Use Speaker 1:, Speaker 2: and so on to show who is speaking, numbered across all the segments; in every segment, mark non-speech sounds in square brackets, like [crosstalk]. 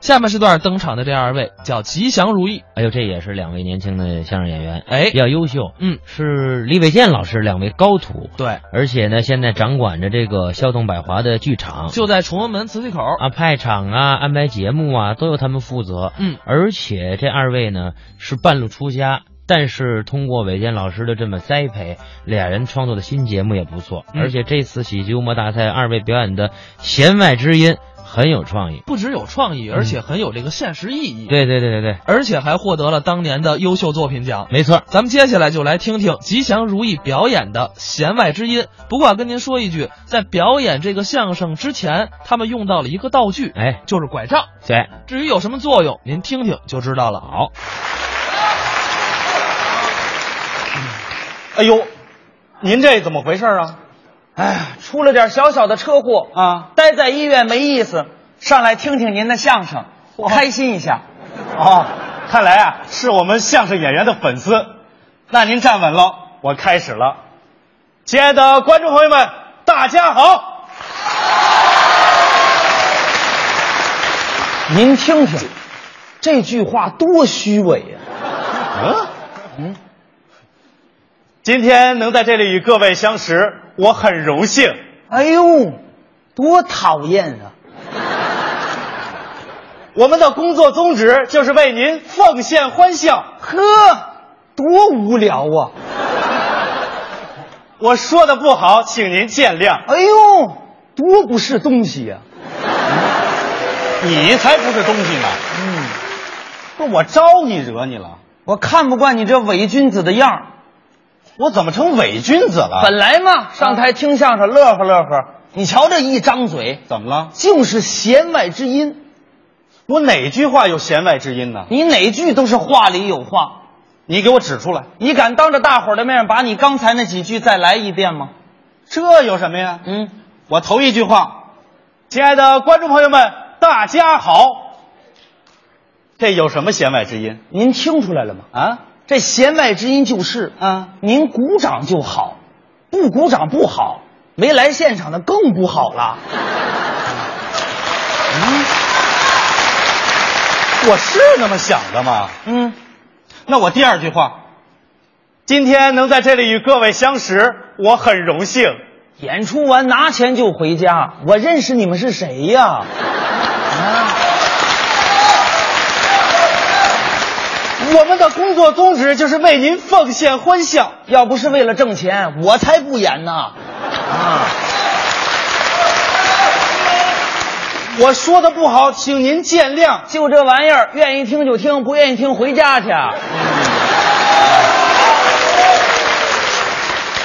Speaker 1: 下面是段登场的这二位叫吉祥如意，
Speaker 2: 哎呦，这也是两位年轻的相声演员，
Speaker 1: 哎
Speaker 2: 比较优秀。
Speaker 1: 嗯，
Speaker 2: 是李伟健老师两位高徒，
Speaker 1: 对，
Speaker 2: 而且呢，现在掌管着这个肖东百华的剧场，
Speaker 1: 就在崇文门磁器口。
Speaker 2: 嗯啊派场啊、安排节目啊，都由他们负责。
Speaker 1: 嗯，
Speaker 2: 而且这二位呢是半路出家，但是通过伟健老师的这么栽培，俩人创作的新节目也不错。
Speaker 1: 嗯
Speaker 2: 而且这次喜剧幽默大赛，二位表演的弦外之音很有创意。
Speaker 1: 不只有创意，而且很有这个现实意义。，
Speaker 2: 嗯对对对对对，
Speaker 1: 而且还获得了当年的优秀作品奖。
Speaker 2: 没错儿。
Speaker 1: 咱们接下来就来听听吉祥如意表演的《弦外之音》。不过、啊、跟您说一句，在表演这个相声之前，他们用到了一个道具，
Speaker 2: 哎，
Speaker 1: 就是拐杖。
Speaker 2: 对，
Speaker 1: 至于有什么作用，您听听就知道了。
Speaker 2: 好，
Speaker 3: 哎呦，您这怎么回事啊？
Speaker 4: 哎，出了点小小的车祸
Speaker 3: 啊
Speaker 4: 待在医院没意思，上来听听您的相声，
Speaker 3: 哇
Speaker 4: 开心一下。
Speaker 3: 哦，看来啊是我们相声演员的粉丝。那您站稳了，我开始了。亲爱的观众朋友们，大家好。
Speaker 4: 您听听，这句话多虚伪呀、
Speaker 3: 嗯嗯，今天能在这里与各位相识，我很荣幸。
Speaker 4: 哎呦，多讨厌啊！
Speaker 3: 我们的工作宗旨就是为您奉献欢笑。
Speaker 4: 呵，多无聊啊！
Speaker 3: 我说的不好，请您见谅。
Speaker 4: 哎呦，多不是东西啊呀、
Speaker 3: 你才不是东西呢！
Speaker 4: 嗯，
Speaker 3: 不，我招你惹你了？
Speaker 4: 我看不惯你这伪君子的样儿。
Speaker 3: 我怎么成伪君子了？
Speaker 4: 本来嘛，上台听相声乐呵乐呵，你瞧这一张嘴，
Speaker 3: 怎么了？
Speaker 4: 就是弦外之音。
Speaker 3: 我哪句话有弦外之音呢？
Speaker 4: 你哪句都是话里有话，
Speaker 3: 你给我指出来，
Speaker 4: 你敢当着大伙儿的面把你刚才那几句再来一遍吗？
Speaker 3: 这有什么呀？
Speaker 4: 嗯，
Speaker 3: 我头一句话，亲爱的观众朋友们，大家好。这有什么弦外之音
Speaker 4: 您听出来了吗？
Speaker 3: 啊？
Speaker 4: 这弦外之音就是
Speaker 3: 啊
Speaker 4: 您鼓掌就好，不鼓掌不好，没来现场的更不好了。
Speaker 3: 我是那么想的吗？
Speaker 4: 嗯，
Speaker 3: 那我第二句话，今天能在这里与各位相识，我很荣幸。
Speaker 4: 演出完拿钱就回家，我认识你们是谁呀？啊
Speaker 3: 我们的工作宗旨就是为您奉献欢笑。
Speaker 4: 要不是为了挣钱，我才不演呢。啊，
Speaker 3: 我说的不好，请您见谅。
Speaker 4: 就这玩意儿，愿意听就听，不愿意听回家去。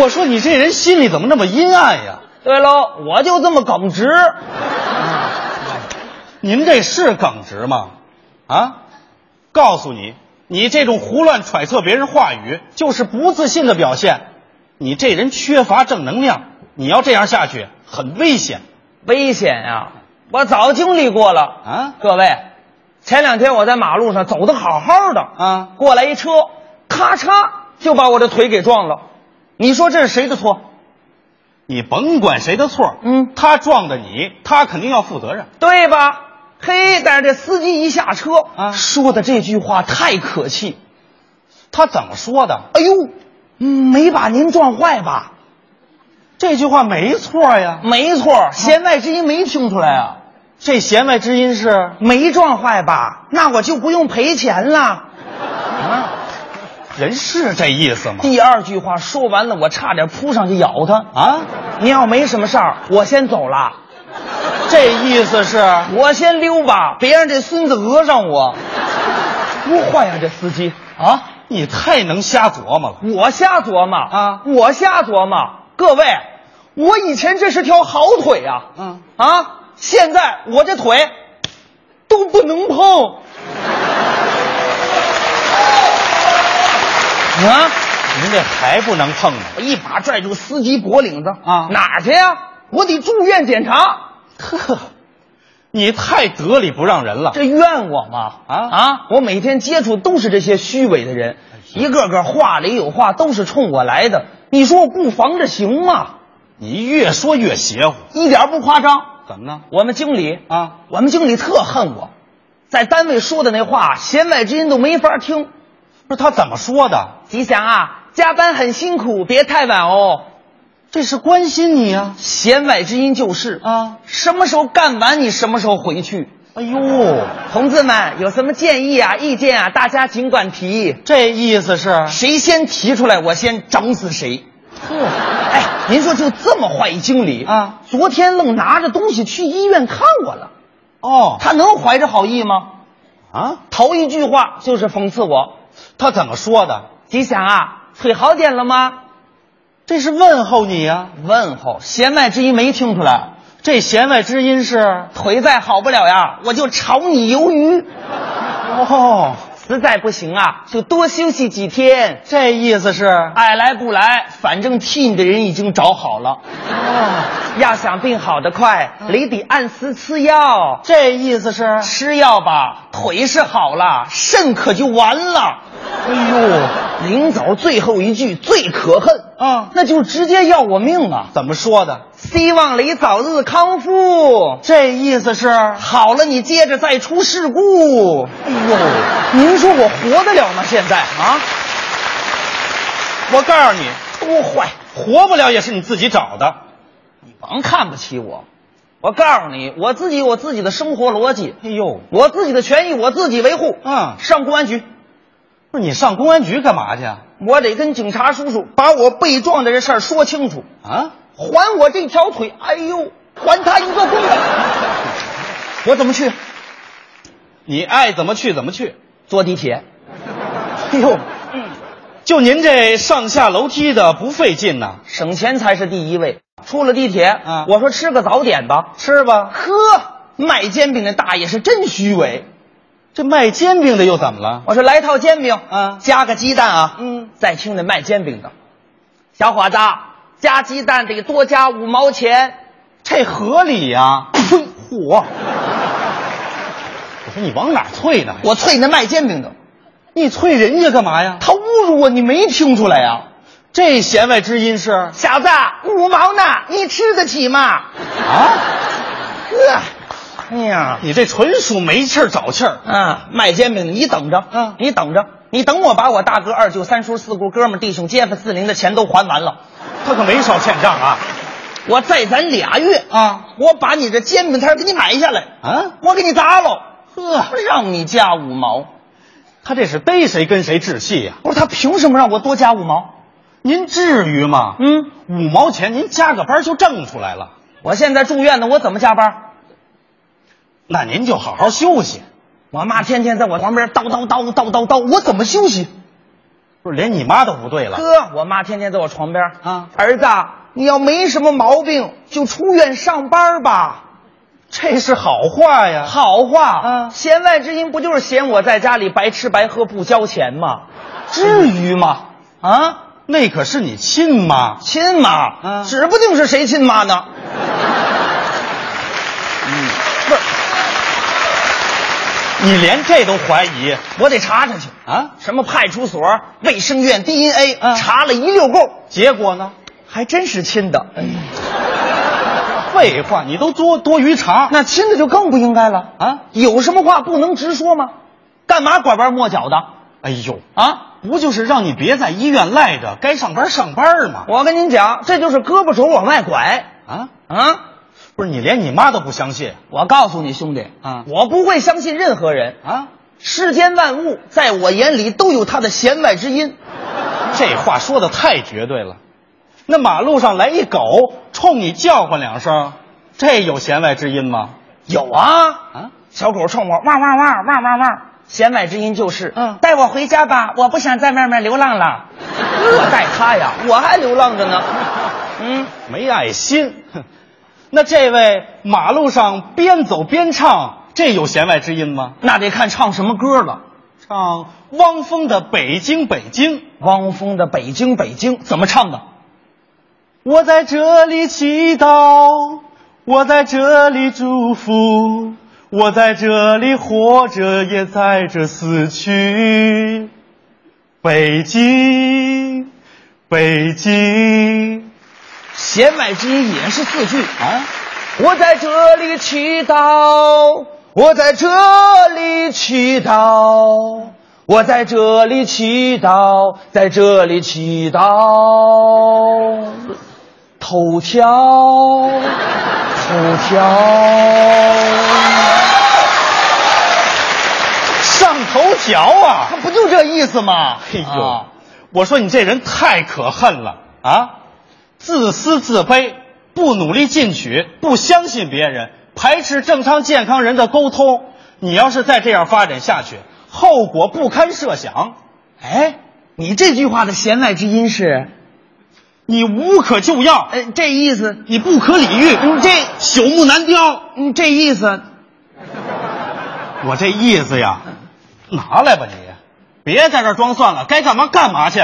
Speaker 3: 我说你这人心里怎么那么阴暗呀？
Speaker 4: 对喽，我就这么耿直。
Speaker 3: 您这是耿直吗？啊，告诉你，你这种胡乱揣测别人话语，就是不自信的表现。你这人缺乏正能量，你要这样下去很危险。
Speaker 4: 危险呀、我早经历过了
Speaker 3: 啊
Speaker 4: 各位，前两天我在马路上走的好好的
Speaker 3: 啊
Speaker 4: 过来一车，咔嚓就把我的腿给撞了。你说这是谁的错？
Speaker 3: 你甭管谁的错，
Speaker 4: 嗯
Speaker 3: 他撞的你，他肯定要负责任。
Speaker 4: 对吧？嘿，但是这司机一下车
Speaker 3: 啊
Speaker 4: 说的这句话太可气。
Speaker 3: 他怎么说的？
Speaker 4: 哎呦，嗯没把您撞坏吧？
Speaker 3: 这句话没错呀。
Speaker 4: 没错，弦外之音没听出来啊。
Speaker 3: 这弦外之音是
Speaker 4: 没撞坏吧？那我就不用赔钱了。
Speaker 3: 人是这意思吗？
Speaker 4: 第二句话说完了，我差点扑上去咬他。
Speaker 3: 啊，
Speaker 4: 您要没什么事儿，我先走了，
Speaker 3: 这意思是
Speaker 4: 我先溜吧，别让这孙子讹上我。多坏呀、这司机啊！
Speaker 3: 你太能瞎琢磨了。
Speaker 4: 我瞎琢磨
Speaker 3: 啊
Speaker 4: 我瞎琢磨。各位，我以前这是条好腿啊，
Speaker 3: 嗯
Speaker 4: 啊，现在我这腿都不能碰。啊！
Speaker 3: 您这还不能碰呢。
Speaker 4: 我一把拽住司机脖领子
Speaker 3: 啊
Speaker 4: 哪儿去呀？我得住院检查。呵，
Speaker 3: 你太得理不让人了。
Speaker 4: 这怨我吗？
Speaker 3: 啊
Speaker 4: 啊！我每天接触都是这些虚伪的人，一个个话里有话，都是冲我来的。你说我不防着行吗？
Speaker 3: 你越说越邪乎。
Speaker 4: 一点不夸张。
Speaker 3: 怎么呢？
Speaker 4: 我们经理
Speaker 3: 啊，
Speaker 4: 我们经理特恨我，在单位说的那话，弦外之音都没法听。
Speaker 3: 不是他怎么说的？
Speaker 4: 吉祥啊，加班很辛苦，别太晚哦。
Speaker 3: 这是关心你呀、
Speaker 4: 弦外之音就是
Speaker 3: 啊
Speaker 4: 什么时候干完你什么时候回去。
Speaker 3: 哎呦，
Speaker 4: 同志们有什么建议啊、意见啊，大家尽管提，
Speaker 3: 这意思是
Speaker 4: 谁先提出来我先整死谁。哎，您说就这么坏一经理
Speaker 3: 啊？
Speaker 4: 昨天愣拿着东西去医院看我了，
Speaker 3: 哦
Speaker 4: 他能怀着好意吗？
Speaker 3: 啊，
Speaker 4: 头一句话就是讽刺我，
Speaker 3: 他怎么说的？
Speaker 4: 吉祥啊，腿好点了吗？
Speaker 3: 这是问候你呀、
Speaker 4: 问候，弦外之音没听出来，
Speaker 3: 这弦外之音是
Speaker 4: 腿再好不了呀，我就炒你鱿鱼。
Speaker 3: 哦，
Speaker 4: 实在不行啊，就多休息几天。
Speaker 3: 这意思是
Speaker 4: 爱来不来，反正替你的人已经找好了。哦，要想病好得快，你得按时吃
Speaker 3: 嗯
Speaker 4: 药。
Speaker 3: 这意思是
Speaker 4: 吃药吧，腿是好了，肾可就完了。哎呦，临走最后一句最可恨
Speaker 3: 啊
Speaker 4: 那就直接要我命啊！
Speaker 3: 怎么说的？
Speaker 4: 希望你早日康复，
Speaker 3: 这意思是
Speaker 4: 好了你接着再出事故。哎呦，您说我活得了吗？现在啊，
Speaker 3: 我告诉你，
Speaker 4: 多坏！
Speaker 3: 活不了也是你自己找的。
Speaker 4: 你甭看不起我，我告诉你，我自己有我自己的生活逻辑，
Speaker 3: 哎呦，
Speaker 4: 我自己的权益我自己维护。
Speaker 3: 嗯
Speaker 4: 上公安局，
Speaker 3: 不是你上公安局干嘛去啊？
Speaker 4: 我得跟警察叔叔把我被撞的这事儿说清楚，
Speaker 3: 啊，
Speaker 4: 还我这条腿。哎呦，还他一个跪拜！我怎么去？
Speaker 3: 你爱怎么去怎么去。
Speaker 4: 坐地铁。
Speaker 3: 哎呦，就您这上下楼梯的不费劲呐、
Speaker 4: 省钱才是第一位。出了地铁，
Speaker 3: 啊
Speaker 4: 我说吃个早点吧。
Speaker 3: 吃吧。
Speaker 4: 呵，卖煎饼的大爷是真虚伪。
Speaker 3: 这卖煎饼的又怎么了？
Speaker 4: 我说来套煎饼，
Speaker 3: 啊
Speaker 4: 加个鸡蛋啊。
Speaker 3: 嗯，
Speaker 4: 再听那卖煎饼的，小伙子，加鸡蛋得多加五毛钱。
Speaker 3: 这合理呀、嚯！我说你往哪儿退呢？
Speaker 4: 我啐那卖煎饼的，
Speaker 3: 你催人家干嘛呀？
Speaker 4: 他侮辱我，你没听出来啊呀、
Speaker 3: 这弦外之音是
Speaker 4: 小子，五毛呢，你吃得起吗？
Speaker 3: 啊？
Speaker 4: 呵，哎呀，
Speaker 3: 你这纯属没气儿找气儿。
Speaker 4: 啊，卖煎饼的，你等着，
Speaker 3: 嗯
Speaker 4: 你等着，你等我把我大哥、二舅、三叔、四姑、哥们儿、弟兄、街坊、四邻的钱都还完了，
Speaker 3: 他可没少欠账啊！
Speaker 4: 我再攒俩月
Speaker 3: 啊，
Speaker 4: 我把你这煎饼摊儿给你买下来
Speaker 3: 啊
Speaker 4: 我给你砸喽，
Speaker 3: 呵，
Speaker 4: 让你加五毛。
Speaker 3: 他这是逮谁跟谁置气呀、
Speaker 4: 不是他凭什么让我多加五毛？
Speaker 3: 您至于吗？
Speaker 4: 嗯，
Speaker 3: 五毛钱您加个班就挣出来了，
Speaker 4: 我现在住院呢，我怎么加班？
Speaker 3: 那您就好好休息。
Speaker 4: 我妈天天在我旁边叨叨叨叨叨叨，我怎么休息？
Speaker 3: 不是连你妈都不对了，
Speaker 4: 哥，我妈天天在我床边
Speaker 3: 啊
Speaker 4: 儿子，你要没什么毛病，就出院上班吧。
Speaker 3: 这是好话呀。
Speaker 4: 好话
Speaker 3: 啊
Speaker 4: 弦外之音不就是嫌我在家里白吃白喝不交钱吗？至于吗？啊，
Speaker 3: 那可是你亲妈，
Speaker 4: 亲妈，
Speaker 3: 啊
Speaker 4: 指不定是谁亲妈呢。嗯，不是，
Speaker 3: 你连这都怀疑
Speaker 4: 我得查查去。
Speaker 3: 啊？
Speaker 4: 什么派出所、卫生院、DNA，、
Speaker 3: 啊
Speaker 4: 查了一溜够，
Speaker 3: 结果呢？
Speaker 4: 还真是亲的。
Speaker 3: 嗯废话，你都多多余查。
Speaker 4: 那亲的就更不应该了
Speaker 3: 啊
Speaker 4: 有什么话不能直说吗？干嘛拐弯抹角的
Speaker 3: 哎呦，
Speaker 4: 啊？
Speaker 3: 不就是让你别在医院赖着，该上班上班吗？
Speaker 4: 我跟您讲，这就是胳膊肘往外拐
Speaker 3: 啊，
Speaker 4: 啊！
Speaker 3: 不是你连你妈都不相信
Speaker 4: 我告诉你，兄弟
Speaker 3: 啊
Speaker 4: 我不会相信任何人。
Speaker 3: 啊？
Speaker 4: 世间万物在我眼里都有它的弦外之音。
Speaker 3: 这话说的太绝对了。那马路上来一狗，冲你叫唤两声，这有弦外之音吗？
Speaker 4: 有啊，
Speaker 3: 啊，
Speaker 4: 小狗冲我汪汪汪汪汪汪，弦外之音就是，
Speaker 3: 嗯
Speaker 4: 带我回家吧，我不想在外面流浪
Speaker 3: [laughs]
Speaker 4: 了。我带它呀，我还流浪着呢。嗯，
Speaker 3: 没爱心。 [laughs] 哼那这位马路上边走边唱，这有弦外之音吗？
Speaker 4: 那得看唱什么歌了。
Speaker 3: 唱汪峰的《北京北京》，
Speaker 4: 汪峰的《北京北京》怎么唱的？
Speaker 3: 我在这里祈祷，我在这里祝福，我在这里活着，也在这死去。北京，北京
Speaker 4: 弦外之音也是四句。
Speaker 3: 啊！
Speaker 4: 哦我在这里祈祷，我在这里祈祷，我在这里祈祷，在这里祈祷。头条，头条，
Speaker 3: 上头条啊！
Speaker 4: 不就这意思吗？啊
Speaker 3: 哎呦，我说你这人太可恨了啊！自私自卑，不努力进取，不相信别人，排斥正常健康人的沟通。你要是再这样发展下去，后果不堪设想。
Speaker 4: 哎，你这句话的弦外之音是，
Speaker 3: 你无可救药，
Speaker 4: 呃，这意思，
Speaker 3: 你不可理喻，
Speaker 4: 嗯这
Speaker 3: 朽木难雕。
Speaker 4: 嗯，这意思，
Speaker 3: 我这意思呀，拿来吧你，别在这儿装蒜了，该干嘛干嘛去。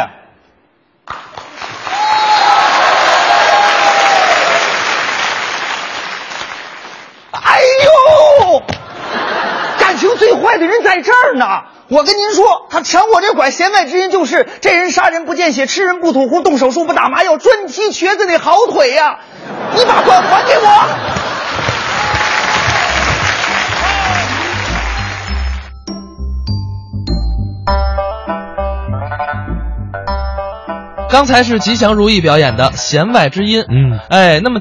Speaker 4: 哎呦，感情最坏的人在这儿呢。我跟您说，他抢我这拐，弦外之音就是这人杀人不见血，吃人不吐胡，动手术不打麻药，专踢瘸子那好腿呀、你把管还给我。
Speaker 1: 刚才是吉祥如意表演的弦外之音，
Speaker 2: 嗯
Speaker 1: 哎，那么